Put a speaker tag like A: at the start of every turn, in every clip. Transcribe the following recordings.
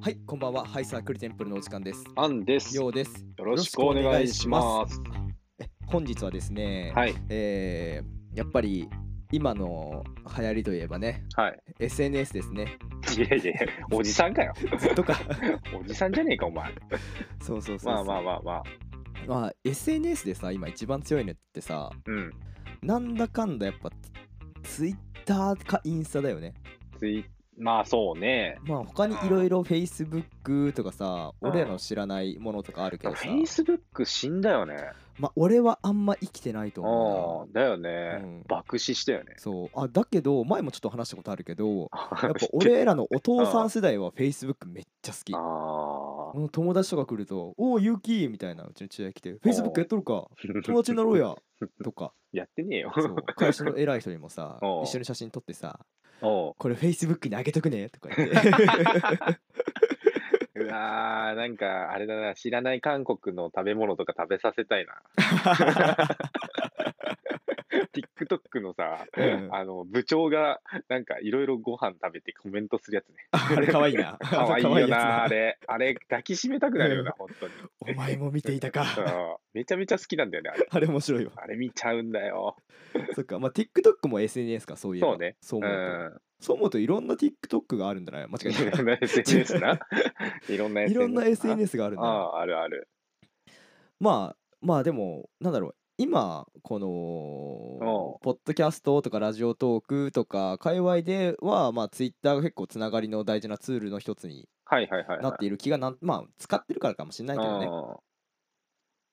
A: はい、こんばんは。ハイサークルテンプルのお時間です。
B: アンです。よ
A: ようです。
B: ろしくお願いします。
A: え本日はですね、
B: はい。
A: えーやっぱり今の流行りといえばね、
B: はい。
A: SNS ですね。
B: いやいやいや、おじさんかよ。
A: とか、
B: おじさんじゃねえか、お前。
A: そうそうそうそう
B: まあまあまあまあ。
A: まあ SNS でさ、今一番強いのってさ、
B: うん。
A: なんだかんだやっぱツイッターかインスタだよね。
B: ツイまあそうね。
A: まあ他にいろいろ Facebook とかさ、
B: うん
A: 俺らの知らないものとかあるけどさ、
B: Facebook 死んだよね。
A: まあ俺はあんま生きてないと思
B: あ
A: うな。
B: あ、だよ
A: う
B: ね
A: ん。
B: 爆死したよね。
A: そうあだけど前もちょっと話したことあるけどやっぱ
B: 知ってる。
A: 俺らのお父さん世代は Facebook めっちゃ好き
B: あ
A: この友達とか来ると「おおゆうき!」みたいなうちの父親来て「Facebook やっとるか友達になろうや」とか
B: あ。 やってねえよ。
A: そう会社の偉い人にもさ
B: おう
A: 一緒に写真撮ってさ
B: おう
A: 「これ Facebook にあげとくね」とか言って
B: うわーなんかあれだな知らない韓国の食べ物とか食べさせたいな TikTok のさ、
A: うん
B: あの部長がなんかいろいろご飯食べてコメントするやつね
A: あ れかわいいな
B: かわいいよ
A: やつ
B: なあれあれ抱きしめたくなるよな、
A: うん
B: 本当に
A: お前も見ていたか
B: うんめちゃめちゃ好きなんだよねあれ
A: あれ面白いわ
B: あれ見ちゃうんだよ
A: そっかまあ TikTok も SNS かそういえば
B: そうね
A: そう
B: う
A: 思うと、
B: ん
A: そう思うといろんな TikTok があるんだね間 違
B: い
A: え
B: ろんな SNS な いろんな
A: たい
B: SNS
A: ろんな SNS があるん
B: あ
A: だね
B: ああるある
A: まあまあでもなんだろう今この
B: お
A: ポッドキャストとかラジオトークとか界隈ではまあツイッターが結構つながりの大事なツールの一つに
B: はいはいはい、はい、
A: なっている気がなんまあ使ってるからかもしれないけどねっ
B: うん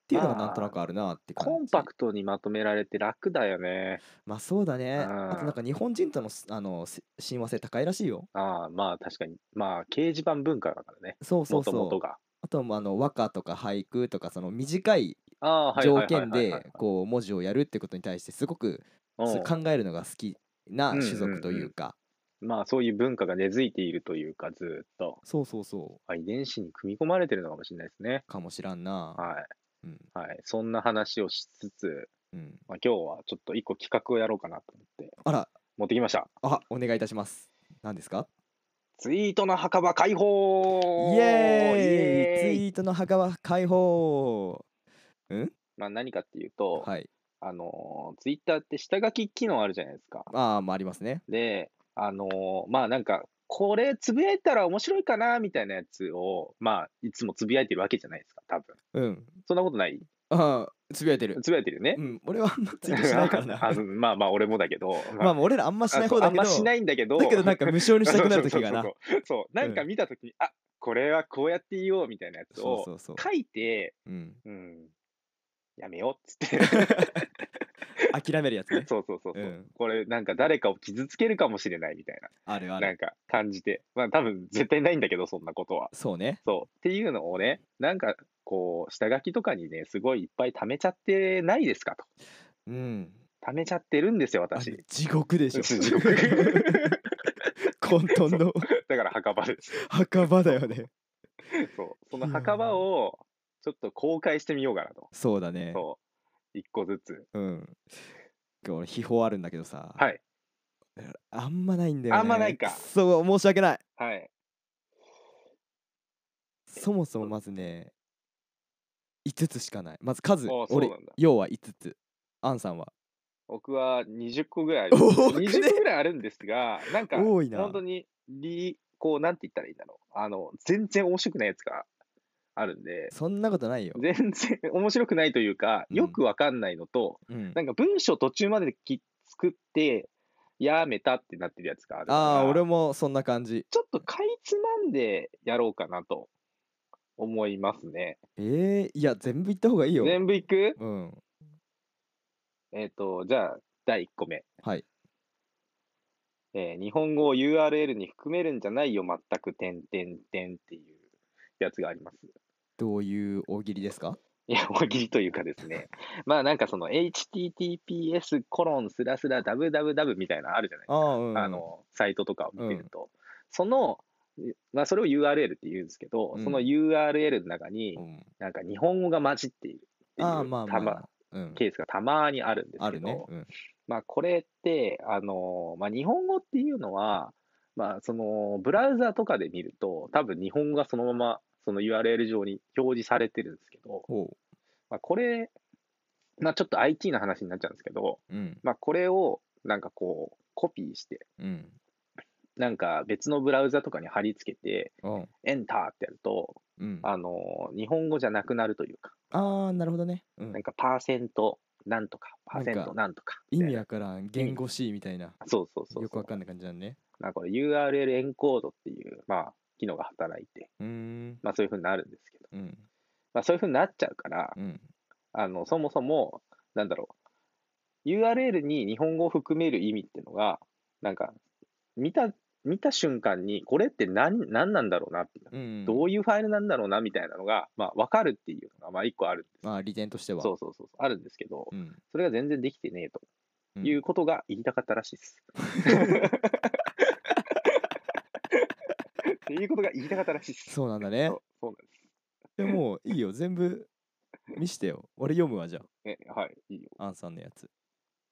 A: ていうのがなんとなくあるなって感じ
B: コンパクトにまとめられて楽だよね。
A: まあそうだね
B: うん
A: あとなんか日本人とのすあのせ親和性高いらしいよ
B: ああ、まあ確かに。まあ掲示板文化だからね。
A: そうそ
B: も
A: うそ
B: と
A: う
B: もとが。
A: あとまああの和歌とか俳句とかその短い
B: ああ、はいは
A: 条
B: いはい
A: 件
B: はいは
A: で
B: い。
A: こう文字をやるってことに対してすごくそう
B: うん
A: 考えるのが好きな
B: うんうんうん
A: 種族というか、
B: まあそういう文化が根付いているというか、ずーっと。
A: そうそうそ
B: まあ遺伝子に組み込まれてるのかもしれないですね。
A: うかもしらんな、
B: は
A: うん
B: い。はい。そんな話をしつつ、
A: うん、
B: まあ、今日はちょっと一個企画をやろうかなと思って
A: あら
B: 持ってきました。
A: あお願いいたします何ですか
B: ツイートの墓場解
A: イ
B: 放
A: エーイ
B: イエ
A: ツ
B: ーイ
A: イートの墓は解放
B: まあ何かっていうと、
A: はい
B: あのー、ツイッターって下書き機能あるじゃないですか。
A: ああまあありますね
B: で、あのーまあなんか、これつぶやいたら面白いかなみたいなやつを、まあ、いつもつぶやいてるわけじゃないですか、多分。
A: うん
B: そんなことない
A: ああつぶやいてる
B: つぶやいてるよね
A: う。ん俺はあんまツイートしないからな
B: あのまあまあ、俺もだけど。
A: まあまあ俺らあんましない方
B: あ
A: だ
B: ん
A: けど
B: ましないんだけど。
A: だけどなんか無償にしたくなる時がな
B: そうそうそうそうそう、なんか見た時に、あこれはこうやって言おうみたいなやつ
A: そうそ
B: を
A: うそう
B: 書いて、
A: うん
B: うん、やめようっつ って。
A: 諦めるやつ ね
B: そうそうそうそう。
A: うん
B: これなんか誰かを傷つけるかもしれないみたい
A: あるあ
B: な、
A: る
B: なんか感じて。まあ多分絶対ないんだけど、そんなことは。
A: そうね
B: そう。っていうのをね、なんかこう、下書きとかにね、すごいいっぱい貯めちゃってないですかと。
A: うん
B: 貯めちゃってるんですよ、
A: あの
B: 私。
A: 地獄でしょ
B: 地獄
A: 混沌の
B: だから墓場です。
A: 墓場だよね
B: そう。その墓場をちょっと公開してみようかなと。
A: そうだね
B: そう。一個ずつ。
A: うん。今日俺秘宝あるんだけどさ。
B: はい。
A: あんまないんだよね。
B: あんまないか
A: そう、申し訳ない。
B: はい。
A: そもそもまずね、5つしかない。まず数、
B: あそう
A: 俺
B: なんだ、
A: 要は5つ。アンさんは。
B: 僕は20個ぐらいありま
A: 多
B: す。
A: くね
B: 20個ぐらいあるんですが、なんか、
A: 多いな
B: 本当に、り、こう、なんて言ったらいいんだろう。あの、全然面白くないやつがあるんで、
A: そんなことないよ。
B: 全然面白くないというか、
A: うん
B: よくわかんないのと、
A: うん、
B: なんか文章途中までき作って、やめたってなってるやつがあるから。
A: ああ、俺もそんな感じ。
B: ちょっとかいつまんでやろうかなと思いますね。
A: えー、いや、全部言った方がいいよ。
B: 全部いく
A: うん。
B: えっ、と、じゃあ、第1個目。
A: はい。
B: えー日本語を URL に含めるんじゃないよ、全く、てんてんてんっていうやつがあります。
A: どういう大喜利ですか
B: いや、大喜利というかですね。 まあ、なんかその、https コロンスラスラ www みたいなのあるじゃないです
A: あ
B: か。
A: あ、うん。
B: あ、の、サイトとかを見てると。その、まあ、それを URL って言うんですけど、
A: うん
B: その URL の中に
A: う、ん、
B: なんか日本語が混じっているっていう
A: ああ、まあま
B: た
A: あ、
B: ま
A: うん。
B: ケースがたまにあるんです
A: あ
B: け
A: る
B: ど、
A: ね。うん。
B: まあこれって、あのーまあ、日本語っていうのは、まあ、その、ブラウザとかで見ると、多分日本語がそのまま、その URL 上に表示されてるんですけど、
A: おう
B: まあ、これ、まあ、ちょっと IT の話になっちゃうんですけど、
A: うん
B: まあ、これを、なんかこう、コピーして、
A: うん
B: なんか別のブラウザとかに貼り付けて、
A: うん
B: エンターってやると、
A: うん
B: あのー日本語じゃなくなるというか、
A: ああなるほどね、うん
B: なんかパーセントなんとか、パーセントなんとか。
A: 意味
B: みたい
A: わからん言語 C みたいな
B: なそうそうそうそう。
A: よくわかんない感じなんね
B: なんかこれ URL エンコードっていう、まあ、機能が働いて、
A: うーん
B: まあそういうふうになるんですけど、
A: うん
B: まあそういうふうになっちゃうから、
A: うん
B: あの、そもそも、なんだろう、URL に日本語を含める意味っていうのが、なんか、見た、見た瞬間に、これって何、何なんだろうなっていう、
A: うん
B: どういうファイルなんだろうなみたいなのが、まあ、わかるっていうのが、まあ、一個あるんです。
A: まあ利点としては
B: そうそうそう、あるんですけど、
A: うん
B: それが全然できてねえと
A: うん
B: いうことが言いたかったらし いです。っていうことが言いたかったらしいです。
A: そうなんだね
B: そうそうなんで
A: でもいいよ全部見してよ俺読むわじゃ
B: すね。はい、いいよ。
A: あアンさんのやつ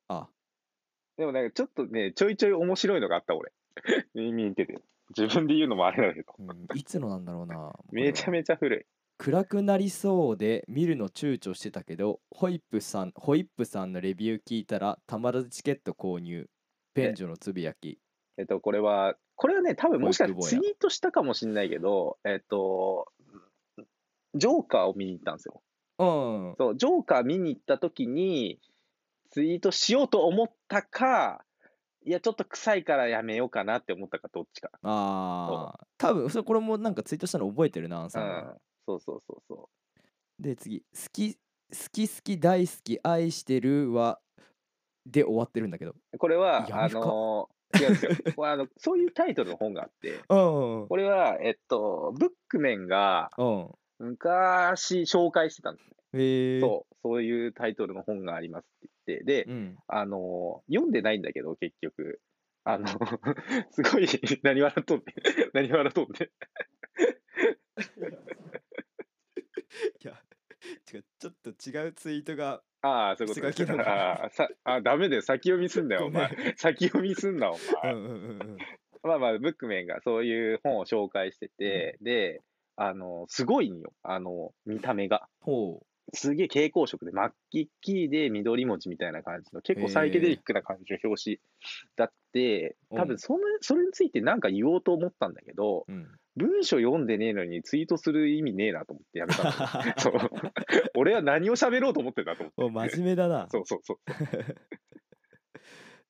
A: あ
B: でもなんかちょっとね、ちょいちょい面白いのがあった、俺。 見てて。自分で言うのもあれだけど。
A: うんいつのなんだろうな
B: めちゃ
A: ちゃ
B: めちゃ古い。
A: 暗くなりそうで見るの躊躇してたけどホイップさんホイップさんのレビュー聞いたらたまらずチケット購入便所のつぶやき
B: えっと、これは、これはね、多分もしかして
A: 保
B: ツイ
A: 育
B: ー
A: 坊
B: トしたかもしれないけど、えっと、ジョーカーを見に行ったんですよ。
A: うん
B: そう、ジョーカー見に行った時に、ツイートしようと思ったか、いや、ちょっと臭いからやめようかなって思ったか、どっちか。
A: ああ多分それこれもなんかツイートしたの覚えてるなアン
B: う
A: さんが
B: ん。そうそうそうそ
A: で次「好き好き好き大好き愛してるは」で終わってるんだけど
B: う。これは、あ
A: 闇深
B: のー、違うんですよ。 これあのそういうタイトルの本があって、
A: うん
B: これは、えっと、ブックメンが
A: うん
B: 昔紹介してたんですね。
A: へえ
B: そう、そういうタイトルの本がありますって言って、で、
A: うん
B: あのー、読んでないんだけど、結局。あの、 すごい、何笑っとんねん。何笑っとんねん。
A: いやてかちょっと違うツイートが
B: ああ、そういうこと
A: 口書きの
B: ねああさあ、ダメだよ。先読みすんだよ、
A: ご
B: お
A: めん
B: 前。 先読みすんな、お
A: うん
B: 前。
A: うんうんうん
B: まあまあ、ブックメンがそういう本を紹介してて、で、あの、すごいんよ。あの、見た目が。
A: ほ
B: すげえ蛍光色で、真っ黄っきりで緑文字みたいな感じの、結構サイケデリックな感じの表紙だって、
A: うん
B: 多分そのそれについてなんか言おうと思ったんだけど、
A: ううん
B: 文章読んでねえのにツイートする意味ねえなと思ってやめ たのそう俺は何を喋ろうと思ってんだと思って。
A: お真面目だな
B: そうそうそう。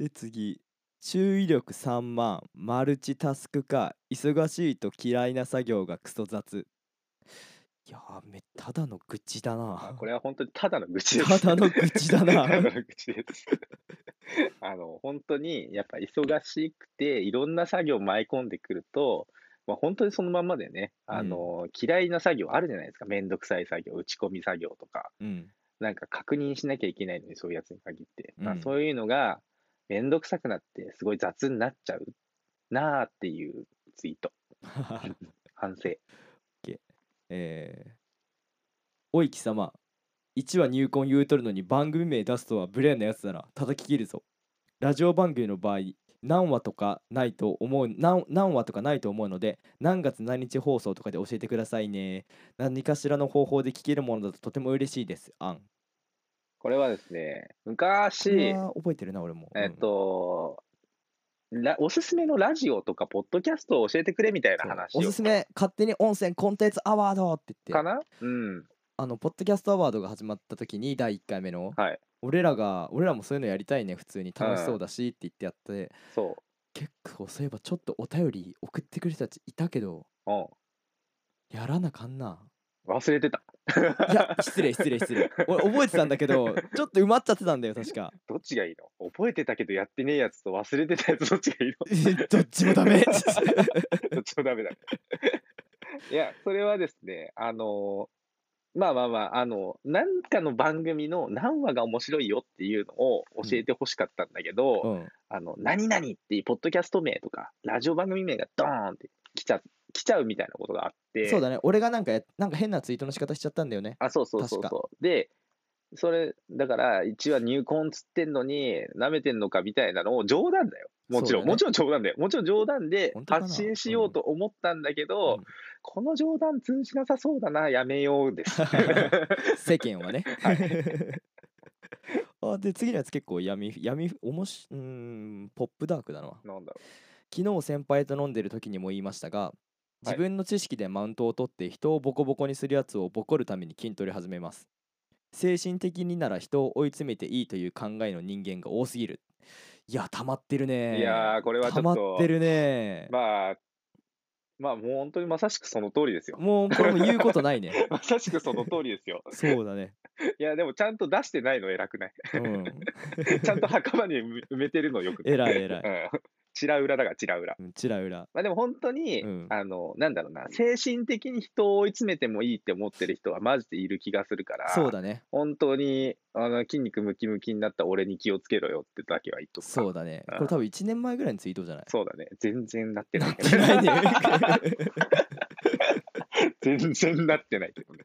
A: で次注意力3万マルチタスク化忙しいと嫌いな作業がクソ雑いやーめただの愚痴だな
B: これは本当にただの愚痴です。
A: ただの愚痴だな
B: ただの愚痴です。あの、本当にやっぱ忙しくて、いろんな作業舞い込んでくると、まあ、本当にそのまんまでね、あの、嫌いな作業あるじゃないですか。めんどくさい作業、打ち込み作業とか、
A: うん
B: なんか確認しなきゃいけないのに、そういうやつに限って。まあ
A: うん
B: そういうのが、めんどくさくなって、すごい雑になっちゃうなあっていうツイート、反省。
A: えー、おい貴様1話入婚言うとるのに番組名出すとは無礼なやつなら叩き切るぞラジオ番組の場合何話とかないと思う何何話とかないと思うので何月何日放送とかで教えてくださいね何かしらの方法で聞けるものだととても嬉しいですあん
B: これはですね、
A: こ
B: 昔、
A: れは覚えてるな俺も
B: えっと、ラおすすめのラジオとか、ポッドキャストを教えてくれみたいな
A: うん
B: 話
A: お
B: を
A: すすめ勝手に温泉コンテンツアワードって言
B: か
A: って
B: なうん。
A: あのポッドキャストアワードが始まった時に第1回目の
B: はい。
A: 俺らが俺らもそういうのやりたいね普通に楽しそうだしって言ってやって、
B: そ
A: 結構そういえばちょっとお便り送ってくる人たちいたけど
B: う。う
A: やらなかんな
B: ん。忘れてた。
A: いや失礼失礼失礼俺覚えてたんだけどちょっと埋まっちゃってたんだよ確か
B: どっちがいいの覚えてたけどやってねえやつと忘れてたやつどっちがいい
A: どっちもダメ
B: の どっちもダメだ。いや、それはですね、あのまあまあまあ、あの、なんかの番組の何話が面白いよっていうのを教えてほしかったんだけど、
A: うん
B: あの、何々っていうポッドキャスト名とか、ラジオ番組名がドーンって来ちゃ来ちゃうみたいなことがあって、
A: そうだね俺がなんかやなんか変なツイートの仕方しちゃったんだよね
B: あ、そうそうそう
A: 確
B: そう。で、それ、だから、一話入婚っつってんのに、舐めてんのかみたいなのを冗談だよ。もちろ
A: そ
B: ん、
A: うだね
B: もちろん冗談だよ。もちろん冗談で
A: 本当かな
B: 発信しようと思ったんだけど、
A: うん
B: この冗談通じなさそうだな、やめよう です。
A: 世間はね。 あで次のやつ結構闇闇おもしうーんポップダークだな
B: なんだろ
A: 昨日先輩と飲んでる時にも言いましたが自分の知識でマウントを取って人をボコボコにするやつをボコるために筋トレ始めます精神的になら人を追い詰めていいという考えの人間が多すぎるいや溜まってる
B: う。
A: ね
B: いやー、これはち
A: 溜
B: ょ
A: ま
B: っ
A: っ
B: と、
A: てるね
B: まあ、まあ、もう本当にまさしくその通りですよ。
A: もうこれも言うことない ね
B: まさしくその通りですよ。
A: そうだね
B: いや、でもちゃんと出してないの偉くない
A: うん
B: ちゃんと墓場に埋めてるのよくない
A: 偉い偉い
B: うん。 チラウラだから、チラウラ。
A: うんちらうら
B: まあ、でも本当に、
A: うん
B: あの、なんだろうな、精神的に人を追い詰めてもいいって思ってる人はマジでいる気がするから、
A: そうだね
B: 本当にあの筋肉ムキムキになった俺に気をつけろよってだけは言っとくか
A: そうだね
B: うん
A: これ多分1年前ぐらいのツイートじゃない
B: そうだね。全然なってない。
A: ないね
B: 全然なってないけどね。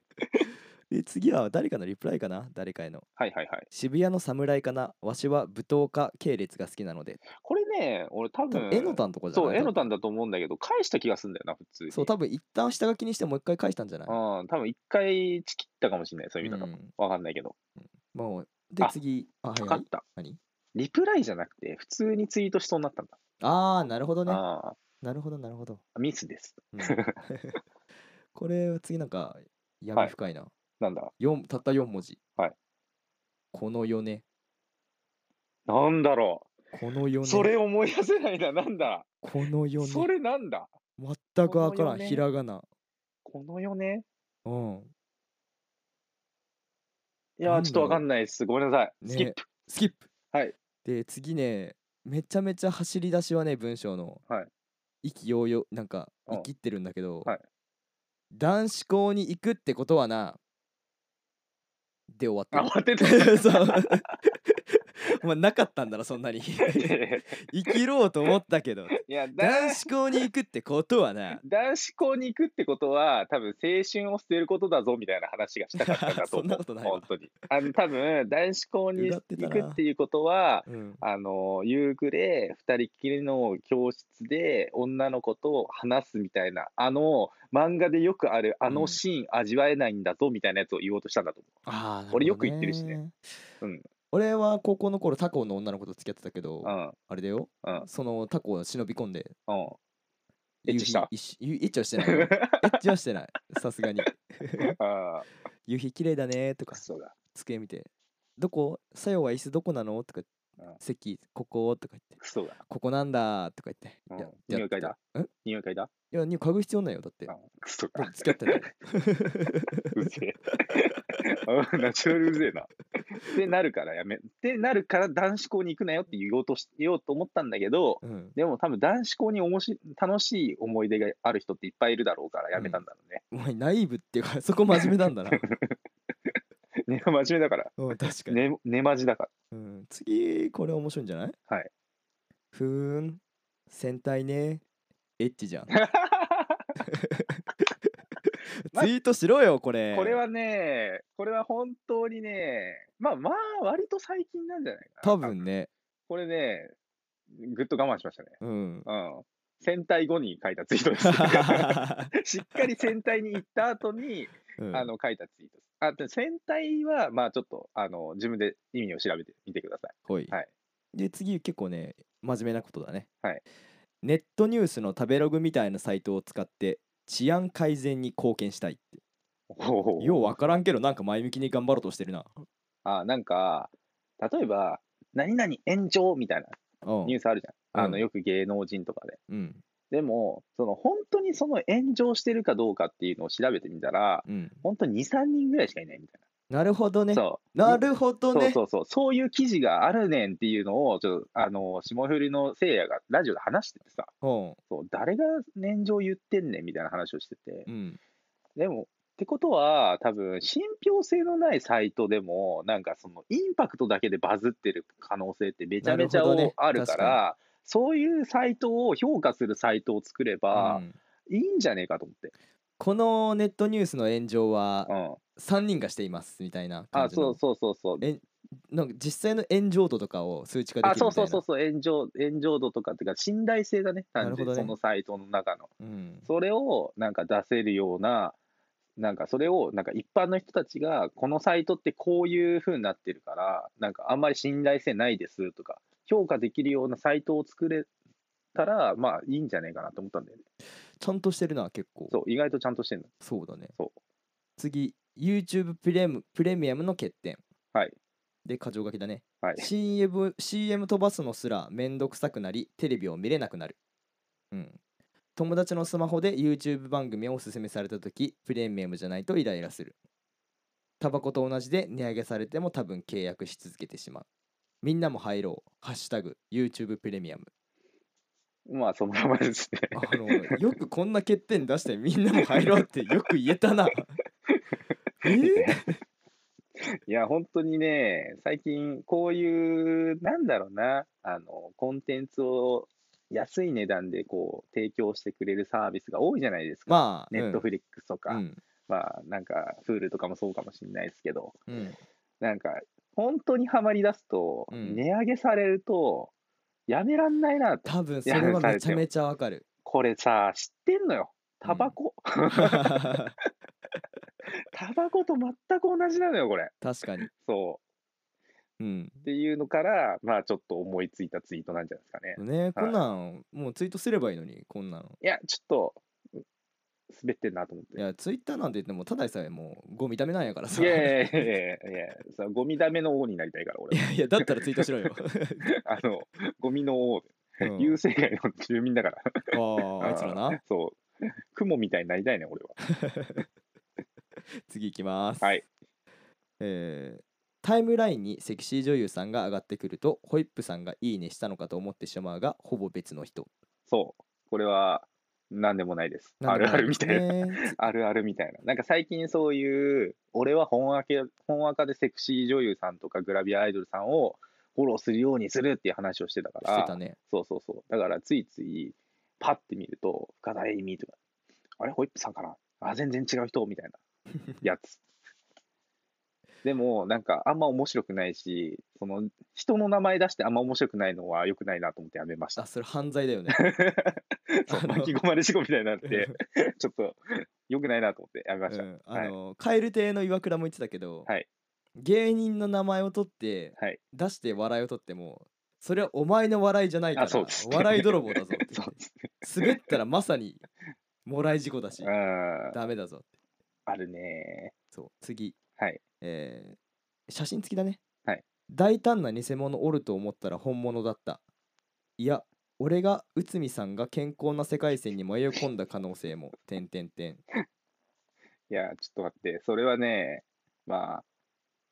A: で次は誰かのリプライかな誰かへの
B: はいはいはい。
A: 渋谷の侍かなわしは舞踏家系列が好きなので
B: これね、俺多
A: 多
B: 分、
A: 分えのたんとかじゃ
B: そ
A: な
B: う、
A: い
B: えのた
A: ん
B: んだと思うんだけど、返した気がするんだよな、普通に。
A: そう多分一旦下書きにしてもう一回返したんじゃない
B: うん、多分一回ちきったかもしれない、そういう意味だ
A: う
B: と。
A: ん
B: わかんないけど。
A: もうで
B: あ
A: 次あはい
B: わ
A: は
B: か
A: い
B: った。
A: 何
B: リプライじゃなくて、普通にツイートしそうになったんだ。
A: あーなるほどね
B: あ
A: なるほどなるほど、
B: あ、ミスです。
A: うんこれは次なんか闇深いな、
B: なんだ
A: 四たった4文字、
B: はい
A: この世ね
B: なんだろ
A: この世
B: う。
A: ね
B: それ思い出せないな、なんだ
A: この世
B: そ
A: ね
B: れなんだ
A: 全くわから
B: この世
A: ん
B: ね
A: ひらがな
B: この世ね。
A: うんなんだろ
B: いやー、
A: う
B: ちょっとわかんないです。ごめんなさい。
A: ね
B: スキップ。
A: スキップ
B: はい
A: で次ねめちゃめちゃ走り出しはね文章の、
B: はい
A: 意気揚々なんか
B: うん
A: 生きってるんだけど、
B: はい
A: 男子校に行くってことはなで終わ
B: あ、
A: っ
B: 待って
A: て
B: た。
A: る そうお前なかったんだろそんな に
B: いやいやいや
A: 生きろうと思ったけ ど
B: いや、だ
A: 男子校に行くってことはな
B: 男子校に行くってことは、多分青春を捨てることだぞみたいな話がしたかったんだと
A: そ
B: 思う。
A: んなことないわ
B: 本当に。あの多分男子校に
A: うが
B: 行
A: ってたな
B: くっていうことは、
A: うん
B: あの夕暮れ、二人っきりの教室で女の子と話すみたいな、あの漫画でよくある、あ
A: うん
B: のシーン味わえないんだぞみたいなやつを言おうとしたんだと思
A: あー
B: 俺
A: な
B: よ
A: ほ
B: く
A: ど
B: 言ってるしねうん
A: 俺は高校の頃他校の女の子と付き合ってたけど
B: う。うん、
A: あれだよ
B: うん、
A: その他校を忍び込んで
B: うん。エッチした
A: 夕日一緒夕エッチは してないよエッチはしてないさすがに
B: あ
A: 夕日綺麗だねと
B: あ、
A: か
B: そうだ。
A: 机見てどこさよは椅子どこなのとか
B: うん
A: 席こことか言って
B: そうだ。
A: ここなんだとか言って、
B: うん
A: いや
B: 匂い嗅い
A: やっ
B: だ
A: てたんい
B: 匂い嗅いだ
A: やに嗅ぐ必要ないよだって
B: あクソ
A: だっ
B: か
A: て。付き合ってない
B: うぜえ。あナチュラルうぜえな。ってなるからやめ。ってなるから男子校に行くなよって言おうとし言おうと思ったんだけど、
A: うん
B: でも多分男子校におもし楽しい思い出がある人っていっぱいいるだろうからやめたんだろうね。
A: お前ナイーブっていうかそ こ真面目なん だな、
B: ね真面目だから。
A: うん、確かに、
B: ね、ねまじだから。
A: うん、次これ面白いんじゃない
B: はい
A: ふーん戦隊ねエッチ じゃん
B: ま
A: ツイートしろよこれ
B: これはね、これは本当にね、まあまあ、割と最近なんじゃないかな。
A: 多分ね
B: これね、ぐっと我慢しましたね。
A: うん
B: うん。戦隊後に書いたツイートです。 しっかり戦隊に行った後に、
A: うん
B: あの書いたツイートです。あで戦隊は、まあちょっとあの自分で意味を調べてみてください。
A: ほい、
B: はい
A: で次結構ね真面目なことだね、
B: はい
A: ネットニュースの食べログみたいなサイトを使って治安改善に貢献したいって
B: おー
A: よう分からんけどなんか前向きに頑張ろうとしてるな、
B: あなんか、例えば、何々炎上みたいな
A: うん
B: ニュースあるじゃん。あ
A: う
B: の
A: ん
B: よく芸能人とかで。
A: うん
B: でも、その本当にその炎上してるかどうかっていうのを調べてみたら、
A: うん、
B: 本当に2、3人ぐらいしかいないみたい
A: なるほど
B: な。
A: ね
B: そう
A: なるほどね
B: そうそうそう、そういう記事があるねんっていうのを、ちょっと、あの、霜降りのせいやがラジオで話しててさ、そう、誰が年上言ってんねんみたいな話をしてて、
A: うんうん
B: でも、ってことは、多分信憑性のないサイトでも、なんかそのインパクトだけでバズってる可能性ってめちゃめち
A: な
B: ゃ
A: るほどね
B: あるから、そういうサイトを評価するサイトを作れば
A: う、ん
B: いいんじゃねえかと思って。
A: このネットニュースの炎上は
B: うん。
A: 3人がしていますみたいな
B: あ、
A: 感じの
B: そうそうそうそう。
A: えなんか実際の炎上度とかを数値化できるみたいな
B: あ、そうそうそうそう、炎上、炎上度とかっていうか、信頼性だね、
A: なる
B: 単
A: ほ
B: 純
A: ど
B: に
A: ね
B: そのサイトの中の。
A: うん、
B: それをなんか出せるような、なんかそれをなんか一般の人たちが、このサイトってこういう風になってるから、なんかあんまり信頼性ないですとか、評価できるようなサイトを作れたら、まあいいんじゃないかなと思ったんだよね。
A: ちゃんとしてるな結構
B: そう、意外とちゃんとしてるの。
A: そうだね
B: そ
A: 次 YouTube プレムプレミアムの欠点
B: はい
A: で箇条書きだね
B: はい。
A: CM, CM 飛ばすのすらめんどくさくなりテレビを見れなくなる、うん、友達のスマホで YouTube 番組をおすすめされた時プレミアムじゃないとイライラするタバコと同じで値上げされても多分契約し続けてしまうみんなも入ろう「ハッシュタグ #YouTube プレミアム
B: まあそのままですね。」
A: あのよくこんな欠点出してみんなも入ろうってよく言えた なえー
B: いや、本当にね、最近、こういう、なんだろうな、あの、コンテンツを安い値段でこう提供してくれるサービスが多いじゃないですか。
A: まあ
B: ネットフリックスと
A: う
B: か、
A: ん、うん
B: まあ、なんか、Hulu とかもそうかもしれないですけど、
A: うん、
B: なんか、本当にハマり出すと、
A: うん
B: 値上げされると、やめらんないなと。
A: 多分それはめちゃめちゃわか る
B: これさ、知ってんのよ。タバコ。
A: 確
B: タバコと全く同じなのよ、これ。
A: かに
B: そう。
A: うん
B: っていうのから、まあ、ちょっと思いついたツイートなんじゃないですかね。
A: ねこんなんもうツイートすればいいのにこんなの
B: いや、ちょっと、滑ってんなと思っ
A: い
B: て。
A: やツイッターなんて言ってもただでさえもうゴミダメなんやからさ
B: いやいやいやいやいや、そのゴミダメの王になりたいから、俺
A: い
B: は。
A: やいやだったらツイートしろ よ、
B: あの、ゴミの王、
A: うん
B: 優勢街の住民だから。
A: あああいつらな
B: そう。雲みたいになりたいね、俺は。
A: 次行きます
B: はい。
A: えータイムラインにセクシー女優さんが上がってくるとホイップさんがいいねしたのかと思ってしまうがほぼ別の人
B: そう。これは、なんでもないです。あるあるみたいな。
A: な、ね
B: あるあるみたいな。なんか最近そういう、俺は本赤本赤でセクシー女優さんとかグラビアアイドルさんをフォローするようにするっていう話をしてたか
A: して
B: ら
A: た、ね
B: そうそうそう。だからついつい、パッて見ると、深田栄美とか、あれ、ホイップさんかなあ、全然違う人みたいな やつ。でも、なんか、あんま面白くないし、その、人の名前出してあんま面白くないのは良くないなと思ってやめまし
A: あ
B: た。
A: それ犯罪だよね
B: そう
A: あの
B: 巻き込まれ事故みたいに なって、ちょっと、良くないなと思ってやめました。
A: うんあの、蛙亭の岩倉も言ってたけど、
B: はい
A: 芸人の名前を取って、
B: はい
A: 出して笑いを取ってもそれはお前の笑いじゃないから
B: あそうですね
A: 笑い泥棒だぞって
B: そうですね。
A: 滑ったらまさにもらい事故だし
B: うん。
A: ダメだぞって
B: あるね。
A: そう次、
B: はい
A: えー写真付きだね、
B: はい
A: 大胆な偽物おると思ったら本物だったいや俺が内海さんが健康な世界線に迷い込んだ可能性もてんてんてん
B: いや、ちょっと待って、それはね、まあ、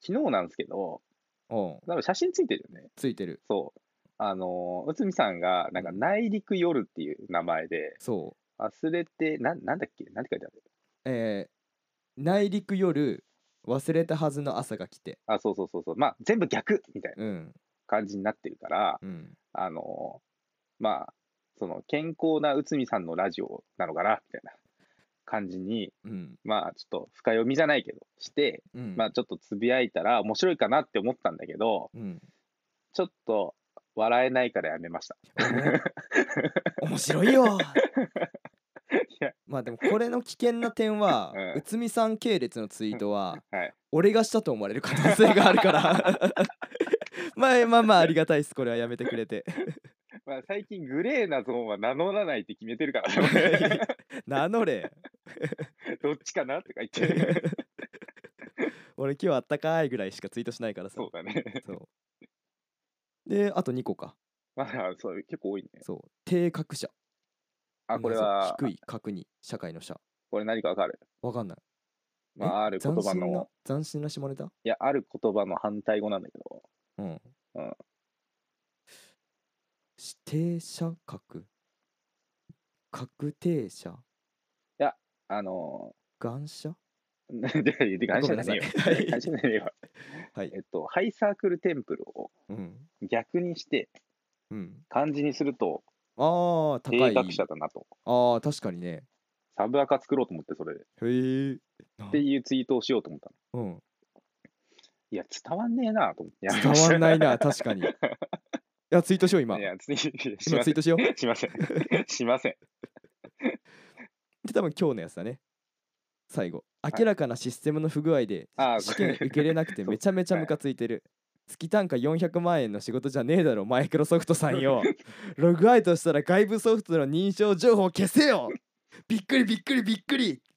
B: 昨日なんですけど、
A: おう
B: 多分写真ついてるよね。
A: ついてる
B: そう。あのー、内海さんが、なんか、内陸夜っていう名前で、
A: そう
B: 忘れて、なんなんだっけなんて書いてある
A: えー内陸夜忘れたはずの朝が来て
B: あ、そうそうそうそう。まあ、全部逆みたいな
A: うん
B: 感じになってるから、
A: うん
B: あのー、まあ、その、健康な内海さんのラジオなのかなみたいな感じに、
A: うん
B: まあ、ちょっと深読みじゃないけど、して、
A: うん
B: まあ、ちょっとつぶやいたら面白いかなって思ったんだけど、
A: うん
B: ちょっと笑えないからやめました。
A: 面白い よ
B: や
A: まあでもこれの危険な点は、
B: うん
A: うつみさん系列のツイートは、
B: はい
A: 俺がしたと思われる可能性があるからまあまあまあありがたいですこれはやめてくれ て
B: まあ、最近グレーなゾーンは名乗らないって決めてるからね、
A: 名乗 れ
B: どっちかなとか言 って。
A: 俺今日あったかいぐらいしかツイートしないからさ
B: そうだね。
A: そうであと2個か
B: まあ、そう、結構多いね。
A: そう低格者
B: あ、これ
A: 謎
B: は、
A: 低い格に社会の社
B: これ何かわかる
A: わかんない
B: まあ、ある言
A: 斬
B: 葉
A: 新な
B: の、
A: 斬新な下ネタ
B: いや、ある言葉の反対語なんだけど、
A: うん、
B: うん
A: 指定者格確定者
B: あの
A: 願者
B: ー、で、 で、会社じゃね
A: ごめんなさ
B: え
A: い
B: よ。会社じゃねえよ。
A: はい
B: えっと、ハイサークルテンプルを
A: うん
B: 逆にして、
A: うん
B: 漢字にすると、
A: ああ高
B: 定
A: い
B: 格者だなと。
A: ああ確かにね
B: サブアカ作ろうと思って、それで。
A: へえ
B: っていうツイートをしようと思ったの。
A: うん
B: いや、伝わんねえなと思ってや め
A: 伝
B: ました。
A: わんないな、確かに。いや、ツイートしよう、今。
B: い
A: 今
B: や、ついしま
A: ツ
B: せ
A: イー
B: ん。
A: トしよう。
B: しません。しません。
A: で、多分今日のやつだね。最後。
B: い
A: 明らかなシステムの不具合で
B: あー
A: 試験
B: これ
A: 受けれなくて
B: そう
A: めちゃめちゃムカついてる。月単価400万円の仕事じゃねえだろ、マイクロソフトさんよ。ログアウトしたら外部ソフトの認証情報消せよびっくりびっくりびっくり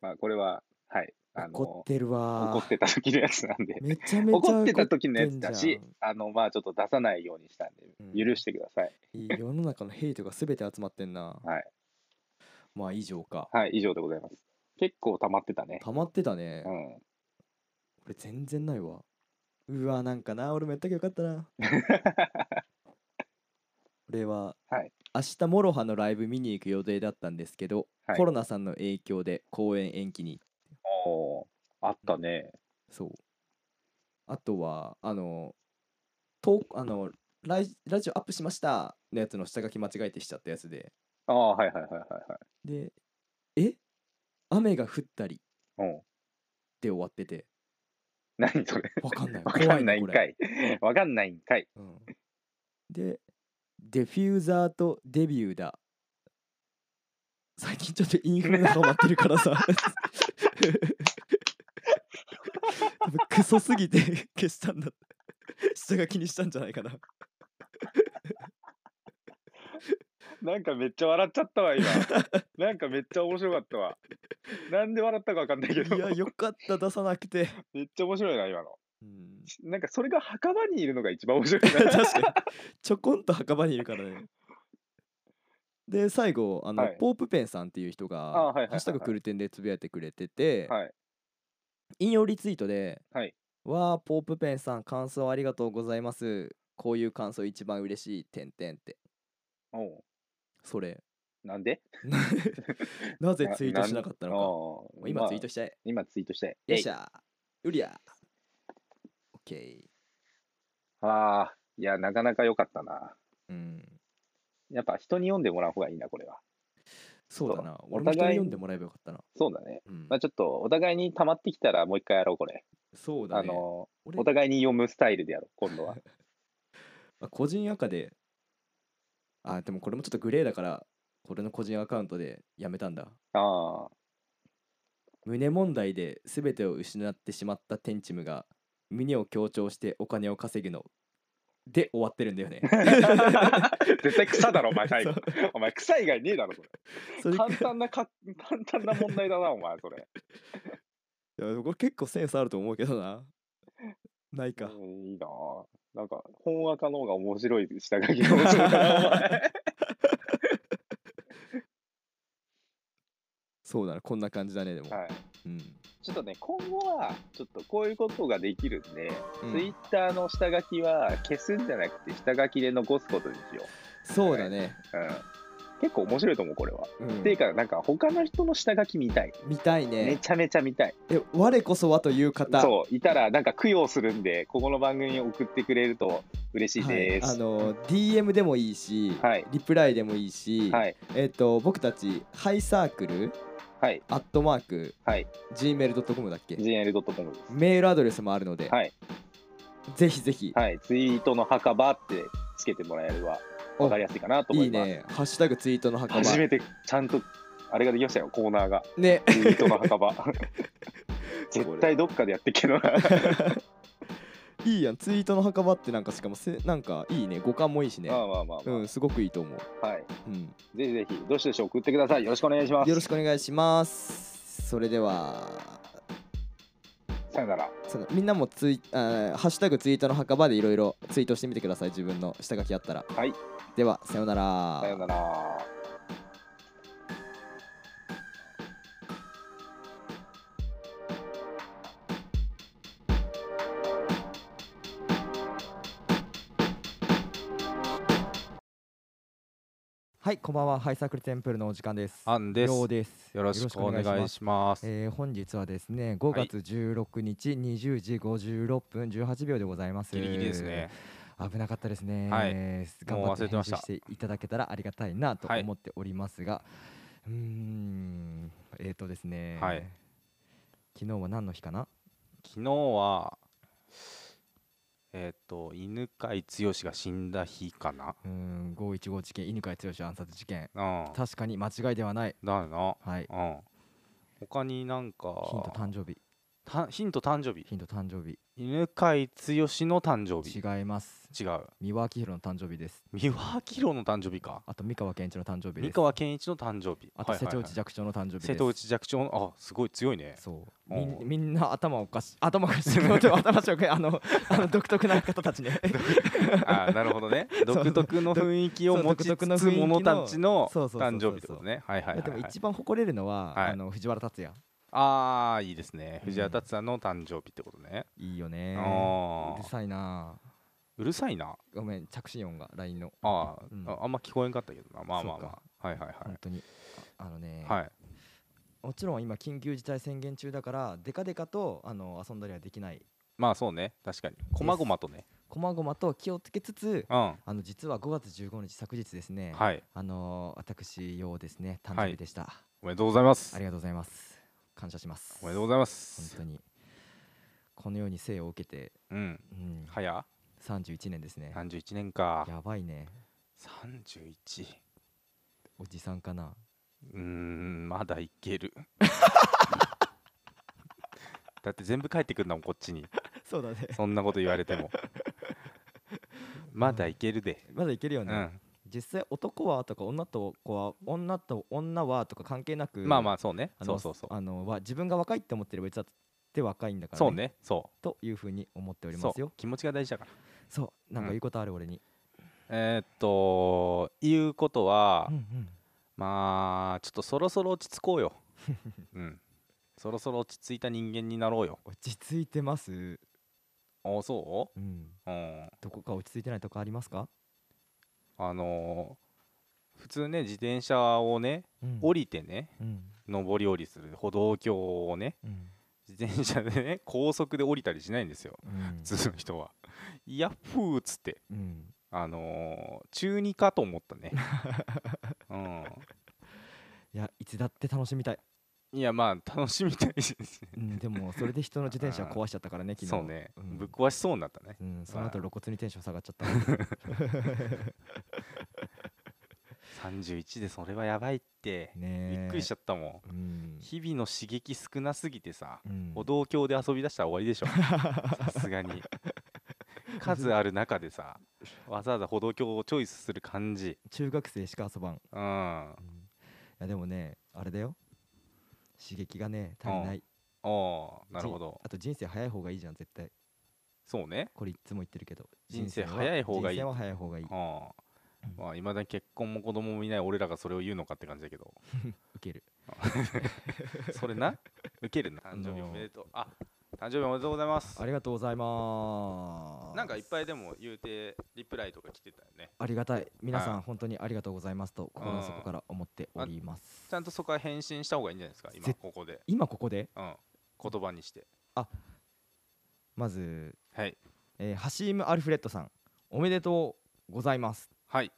B: まあ、これは、はい。あの、
A: 怒ってるわー
B: 怒ってた時のやつなんで。
A: めちゃめちゃ
B: 怒ってた時のやつだ
A: 怒って
B: し
A: んじ、
B: あの、まあ、ちょっと出さないようにしたん
A: う
B: で、
A: ん
B: 許してください。
A: ゃんいい世の中のヘイトが全て集まってんな
B: はい
A: まあ以上か
B: はい、以上でございます。結構溜まってたね。
A: 溜まってたね
B: うん。
A: 俺全然ないわうわなんかな俺もやったけどよかったな 俺は、
B: はい
A: 明日モロハのライブ見に行く予定だったんですけど、
B: はい
A: コロナさんの影響で公演延期に
B: おーあったね。
A: そうあとはあのとあのライラジオアップしましたのやつの下書き間違えてしちゃったやつで
B: ああ、はいはいはいはいはい。
A: でえ雨が降ったり
B: うん。
A: で終わってて
B: 何それ
A: わかんない
B: わかんないん
A: 怖
B: か
A: い
B: い。わかんないんかい。
A: うんで、デフューザーとデビューだ。最近ちょっとインフルがハマってるからさ。多分クソすぎて消したんだ。下書きにしたんじゃないかな。
B: なんかめっちゃ笑っちゃっ たわ、今。なんかめっちゃ面白かったわ。なんで笑ったかわかんないけど
A: い、や、よかった、出さなくて。
B: めっちゃ面白いな、今の。
A: うん、
B: なんかそれが墓場にいるのが一番面白い な。
A: 確かに。ちょこんと墓場にいるからね。で、最後、あの、
B: はい
A: ポープペンさんっていう人
B: あ
A: が、
B: はいはいはいはい
A: ハッシュタグクルテンでつぶやいてくれてて、
B: はい。
A: 引用リツイートで「
B: はい
A: わあポープペンさん感想ありがとうございますこういう感想一番嬉しい」てんてんって
B: おう
A: そ れ
B: なんで
A: なぜツイートしなかったの
B: の
A: かもう今ツイートしたい、
B: 今ツイートしたい。
A: よっしゃうりゃオッケー
B: えいああ、いや、なかなか良かったな。
A: うん
B: やっぱ人に読んでもらう方がいいな、これは。
A: そうだな俺
B: お
A: も
B: 互い
A: 人に読んでもらえばよかったな、
B: そうだね。
A: うん
B: まあ、ちょっとお互いに溜まってきたらもう一回やろう、これ。
A: そうだ
B: あ
A: ね
B: のー、
A: 俺
B: お互いに読むスタイルでやろう、今度は。
A: あ個人赤であでもこれもちょっとグレーだからこれの個人アカウントでやめたんだ
B: ああ、
A: 胸問題で全てを失ってしまった天チムが胸を強調してお金を稼ぐので終わってるんだよね。
B: 絶対 草だろ、お前、最後
A: そう。
B: お前、草以外ねえだろ、それ。
A: それ
B: 簡単なか、簡単な問題だな、お前、それ。
A: いやこれ結構センスあると思うけどな。ないか。
B: うんいいなぁ。なんか、本赤の方が面白い下書きが面白いから、お 前。
A: そうだな、こんな感じだね、でも。
B: はい。
A: うん
B: ちょっとね、今後は、ちょっとこういうことができるんで、
A: うん
B: ツイッターの下書きは消すんじゃなくて、下書きで残すことにしよ
A: そうだね。
B: う。うん。結構面白いと思う、これは。
A: う
B: っ
A: ん
B: ていうか、なんか、他の人の下書き見たい。
A: 見たい
B: め
A: ね。
B: ちゃめちゃ見たい。
A: え、我こそはという方。
B: そう、いたら、なんか供養するんで、ここの番組に送ってくれると嬉しい
A: はい、
B: で
A: あ
B: す。
A: の DM でもいいし、
B: はい
A: リプライでもいいし、
B: はい、
A: えっ、と僕たちハイサークル
B: はい、
A: アットマーク
B: はい、
A: gmail.com だっけ
B: gnl.com です。
A: メールアドレスもあるので、
B: はい、
A: ぜひぜひ、
B: はい、ツイートの墓場ってつけてもらえれば、
A: お
B: わかりやすいかなと思
A: いい
B: います。
A: ね。ハッシュタグツイートの墓場
B: 初。めて、ちゃんと、あれができましたよ、コーナーが。
A: ね。
B: ツイートの墓 場。絶対どっかでやってっけどな。
A: いいやん。ツイートの墓場ってなんかしかもせなんかいいね。五感もいいしね。
B: まあまあまあ、
A: う
B: ま
A: ん、すごくいいと思う。
B: あ、はい。
A: うん。
B: ぜひぜひ、どしどし送ってください。よろしくお願いします。
A: よろしくお願いします。それでは、
B: さよなら。
A: そのみんなもツイあーハッシュタグツイートの墓場でいろいろツイートしてみてください。自分の下書きあったら。
B: はい。
A: では、さようなら
B: さよなら。
A: はい、こんばんは。ハイサークルテンプルのお時間です。
C: アンです。
A: よう
C: よ
A: です。
C: ろしくお願いします。
A: えー本日はですね5
C: はい
A: 月16日20時56分18秒でございます、
C: ギリギリですね。
A: 危なかったですね、
C: はい
A: 頑
C: もう
A: 張っ
C: 忘
A: て
C: れて
A: 編
C: まし
A: 集
C: た
A: していただけたらありがたいなと
C: はい
A: 思っておりますが、うーんえっ、とですね、
C: はい
A: 昨日は何の日かな
B: 昨日はえっ、と犬飼剛が死んだ日かな
A: うん515事件犬飼剛暗殺事件
B: うん
A: 確かに間違いではない
B: だよな
A: はい
B: うん他になんか
A: ヒント誕生日
B: たヒント誕生日
A: ヒント誕生日
B: 犬飼剛の誕生日
A: 違います
B: 違う
A: 三輪明宏の誕生日です
B: 三輪明宏の誕生日か
A: あと三河健一の誕生日で
B: 三
A: す
B: 河健一の誕生日
A: あと
B: はい
A: 瀬
B: はい
A: 戸
B: はい
A: 内寂聴の誕生日です
B: 瀬戸内寂聴のあすごい強いね
A: そう
B: お
A: み
B: うん
A: みんな頭おかしい頭おかしい頭おかしいあの あの独特な方たちね
B: あーなるほどね
A: そう
B: 独特の雰囲気を
A: そう
B: 持ち
A: 独特の
B: つ
A: 雰囲
B: つ
A: 気の
B: 者たちの
A: そうそうそうそう
B: 誕生日ってことねはいはいはい
A: で
B: は
A: も
B: い
A: 一番誇れるのは、
B: はい
A: あの藤原竜也
B: ああいいですね
A: うん
B: 藤原竜也の誕生日ってことね
A: いいよね
B: あ
A: うる
B: ー
A: さいな
B: うるさいな
A: ごめん着信音が LINE の
B: あー
A: うん
B: ああんま聞こえんかったけどなまあまあ
A: そう
B: ま
A: か
B: あはいはい
A: 本当にああのね、
B: はいはい
A: もちろん今緊急事態宣言中だからデカデカとあの遊んだりはできない
B: まあそうね確かにこまごまとね
A: こまごまと気をつけつつ
B: うんは
A: あの実は5月15日昨日ですね、
B: い
A: あの私ようですね誕
B: は
A: 生
B: い
A: 日でした、
B: おめでとうございます
A: ありがとうございます感謝します
B: おめでとうございま
A: 本
B: す
A: 当にこのように生を受けて、
B: うん
A: うん
B: 早
A: 31年ですね
B: 31年か
A: やばいね
B: 31
A: おじさんかな
B: うーんまだいける だって全部帰ってくるんだもんこっちに
A: そうだね
B: そんなこと言われてもまだいけるで
A: まだいけるよ
B: う
A: ね、
B: ん
A: 実際男はとか女と子は女と女はとか関係なく
B: まあまあそうね
A: あ
B: そ
A: の
B: うそうそう
A: あのは自分が若いって思ってれば別だって若いんだから、
B: そうねそ
A: というふうに思っており
B: う
A: ま
B: そ
A: す
B: う
A: よ
B: 気持ちが大事だから
A: そうなんか
B: うん
A: 言うことある俺に、
B: えーっということは
A: うんうん
B: まあちょっとそろそろ落ち着こうよ うんそろそろ落ち着いた人間になろうよ
A: 落ち着いてます
B: あそ
A: うん
B: ううん
A: どこか落ち着いてないとこありますか、
B: あのー普通ね自転車をね
A: うん
B: 降りてね、
A: うん
B: 上り下りする歩道橋をね
A: うん
B: 自転車でね高速で降りたりしないんですよ
A: うん
B: 普通の人はヤッフーっつって
A: うん
B: あのー中二かと思った ね
A: いやいつだって楽しみたい、
B: うんいやまあ楽しみたいしですね
A: うん、でもそれで人の自転車
B: あー
A: 壊しちゃったからね昨日
B: そうね、
A: うん
B: ぶっ壊しそうになったね
A: うん、その後
B: ま
A: 露骨にテンション下がっちゃった
B: 31でそれはやばいって、
A: ねえ
B: びっくりしちゃったも
A: うんん、
B: 日々の刺激少なすぎてさ
A: うん
B: 歩道橋で遊び出したら終わりでしょさすが に数ある中でさわざわざ歩道橋をチョイスする感じ
A: 中学生しか遊ばん、い
B: うん
A: やでもねあれだよ刺激がね足りない
B: おーなるほど
A: じあと人生早い方がいいじゃん絶対
B: そうね
A: これいっつも言ってるけど
B: 人生
A: は
B: 早い方がいい
A: 人生は早い方がいい
B: ああまあいまだに結婚も子供もいない俺らがそれを言うのかって感じだけ ど
A: 受ける
B: それなウケるな
A: あ
B: 誕
A: のー
B: 生日おめでとうあ誕生日おめでとうございます
A: ありがとうございます
B: なんかいっぱいでも言うてリプライとか来てたよね
A: ありがたい皆さ
B: は
A: ん
B: い
A: 本当にありがとうございますと心の底から思っております
B: ちゃんとそこは返信した方がいいんじゃないですか今
A: ぜ
B: ここで
A: 今ここで
B: うん言葉にして
A: まず、
B: はい
A: えーハシーム・アルフレッドさんおめでとうございます
B: はい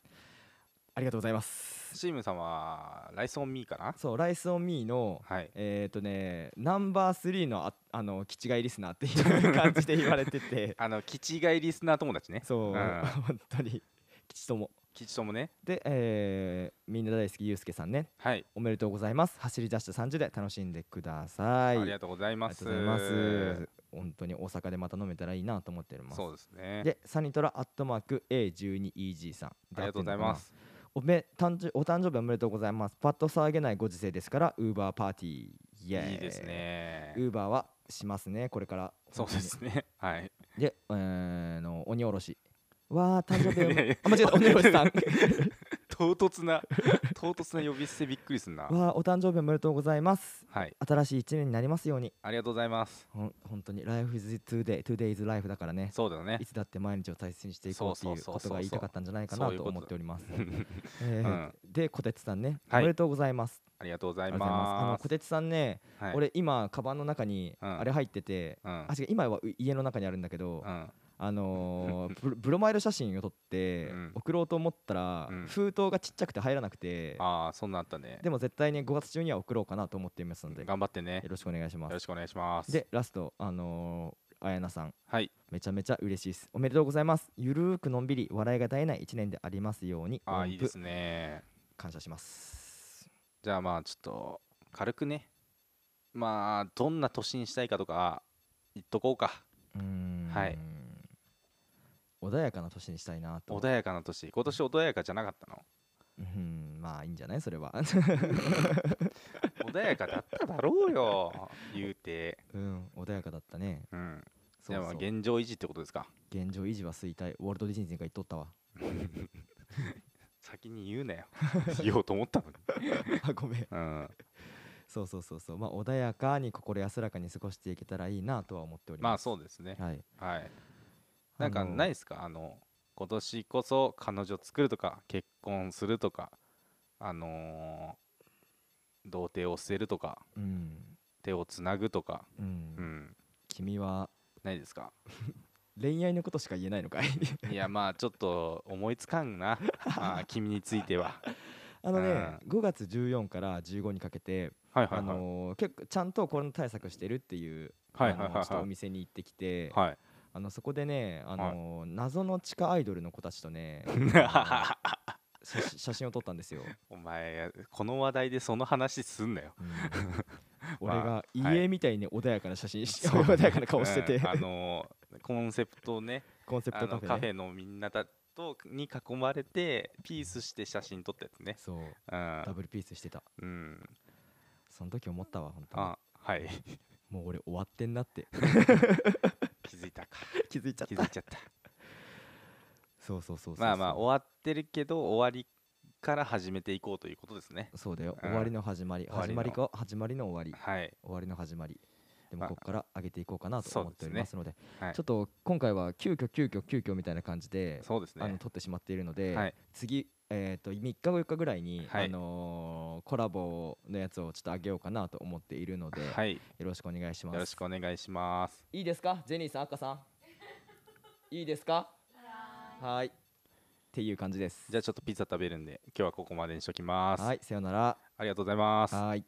A: ありがとうございます
B: チームさんはライスオンミーかな
A: そうライス・オン・ミーの
B: はい
A: えっ、ー、とねナンバー3のああのキチガイリスナーっていう感じで言われてて
B: あのキチガイリスナー友達ね
A: そう、
B: ん
A: 本当に吉とも
B: キチともね
A: で、えーみんな大好きゆうすけさんね
B: はい、
A: おめでとうございます走り出した30代楽しんでください
B: ありがとうござい
A: あり
B: ま
A: が
B: す
A: とうございます本当に大阪でまた飲めたらいいなと思っております
B: そうですね
A: でサニトラアットマーク A12EG さん
B: ありがとうございま
A: で合ってんのか
B: す
A: なおめ誕生お誕生日おめでとうございますパッと騒げないご時世ですからウーバーパーティーイエーイ
B: いいですね
A: ウーバーはしますね、これから。
B: そうですね。はい。
A: で、えー、の鬼おろし。わー、誕生日お
B: いやいや
A: めあ、間違えた、鬼おろ しさん。わ
B: 唐突な、唐突な呼び捨てびっくりすんな。
A: ー、お誕生日おめでとうございます。
B: はい。
A: 新しい一年になりますように。
B: ありがとうございます。
A: ほん本当に、Life is today, today is life だからね。
B: そうだよね
A: い。つだって毎日を大切にしていこうって
B: そう
A: いう
B: そうそうそ
A: こ
B: う
A: とが言いたかったんじゃないかな
B: そういう
A: と
B: こと
A: 思っております。えーで、小鉄さんね、
B: はい
A: おめでとうございます。
B: ありがとうござ
A: あ
B: い
A: りがとうございますあの
B: ま
A: 小
B: す。
A: 鉄さんね、
B: はい。
A: 俺今、カバンの中に
B: うん
A: あれ入ってて、
B: うん
A: あ、違う、今は家の中にあるんだけど、
B: うん。
A: あのーブロブロマイド写真を撮って
B: うん
A: 送ろうと思ったら、
B: うん
A: 封筒がちっちゃくて入らなくて、
B: ああそんなんあったね
A: でも絶対に5月中には送ろうかなと思っていますので、よ
B: 頑張ってね
A: ろしくお願いしま
B: よろ
A: す
B: しくお願いします
A: でラストあのー、あやなさん
B: はい
A: めちゃめちゃ嬉しいですおめでとうございますゆるーくのんびり笑いが絶えない一年でありますように
B: ああ
A: 音符
B: いいですね
A: 感謝します
B: じゃあまあちょっと軽くねまあどんな年にしたいかとか言っとこうか
A: うーん
B: はい
A: 穏やかな年にしたいなと
B: 穏やかな年今年穏やかじゃなかったの
A: うんまあいいんじゃないそれは
B: 穏やかだっただろうよ 言うて
A: うん穏やかだったね
B: うん
A: そ
B: じゃ
A: う
B: あま
A: そ
B: あ
A: う
B: 現状維持ってことですか
A: 現状維持は衰退ウォルト・ディズニーが言っとったわ
B: 先に言うなよ 言おうと思ったのに
A: あごめん
B: うん
A: そうそうそうそうまあ穏やかに心安らかに過ごしていけたらいいなとは思っており
B: ま
A: ま
B: あ
A: す
B: そうですね
A: はい
B: はいなんか
A: あの
B: ないですかあの今年こそ彼女作るとか結婚するとかあのー童貞を捨てるとか
A: うん
B: 手をつなぐとか
A: う
B: うんん
A: 君は
B: ないですか
A: 恋愛のことしか言えないのかい
B: いやまあちょっと思いつかん なまあ君については
A: あのね、5月14から15にかけて、
B: はいはい
A: あ
B: はい
A: のー結構ちゃんとコロナ対策してるっていう、
B: はいはい
A: あのーちょっと
B: は
A: お
B: い
A: 店に行ってきて、
B: はい
A: あのそこでね、あのー謎の地下アイドルの子たちと ね
B: は
A: あ
B: い
A: のー写写真を撮ったんですよ、
B: お前この話題でその話すんなよ
A: うん俺が
B: はい
A: 家みたいに穏やかな写真し、
B: そうだね
A: 穏やかな顔してて、
B: うんあのーコンセプトをね
A: コンセプ
B: あ
A: ト
B: の
A: カフ
B: カ
A: ェ,、
B: フ
A: ね、
B: ェのみんなだとに囲まれてピースして写真撮ったやつね
A: そう
B: うん
A: ダブルピースしてた
B: うん
A: その時思ったわ本当に
B: あはい
A: もう俺終わってんなって
B: 気づいたか
A: 気づいちゃっ
B: 気づ
A: た
B: いち ゃった
A: そうそうそうそうそう
B: まあまあ終わってるけど終わりから始めていこうということですね
A: そうだよ、
B: うん
A: 終わりの始まり
B: 終わ
A: 始
B: りの
A: まりか始まりの終わり
B: はい
A: 終わりの始まりで
B: ま
A: も
B: あ
A: ここから上げていこうかなと
B: そう
A: 思っ
B: です
A: ており
B: ね
A: ますので
B: はい
A: ちょっと今回は急遽急遽急遽みたいな感じで
B: そうです
A: あ
B: ね
A: の撮ってしまっているので、
B: はい
A: 次、えー、と3日後4日ぐらいに、
B: はい
A: あのーコラボのやつをちょっと上げようかなと思っているので、
B: はいよ
A: よろしくお願いします
B: ろしくお願いします
A: いいですかジェニーさん赤 さんいいですかはいっていう感じです
B: じゃあちょっとピザ食べるんで今日はここまでにしときます
A: はいさようなら
B: ありがとうございます
A: はい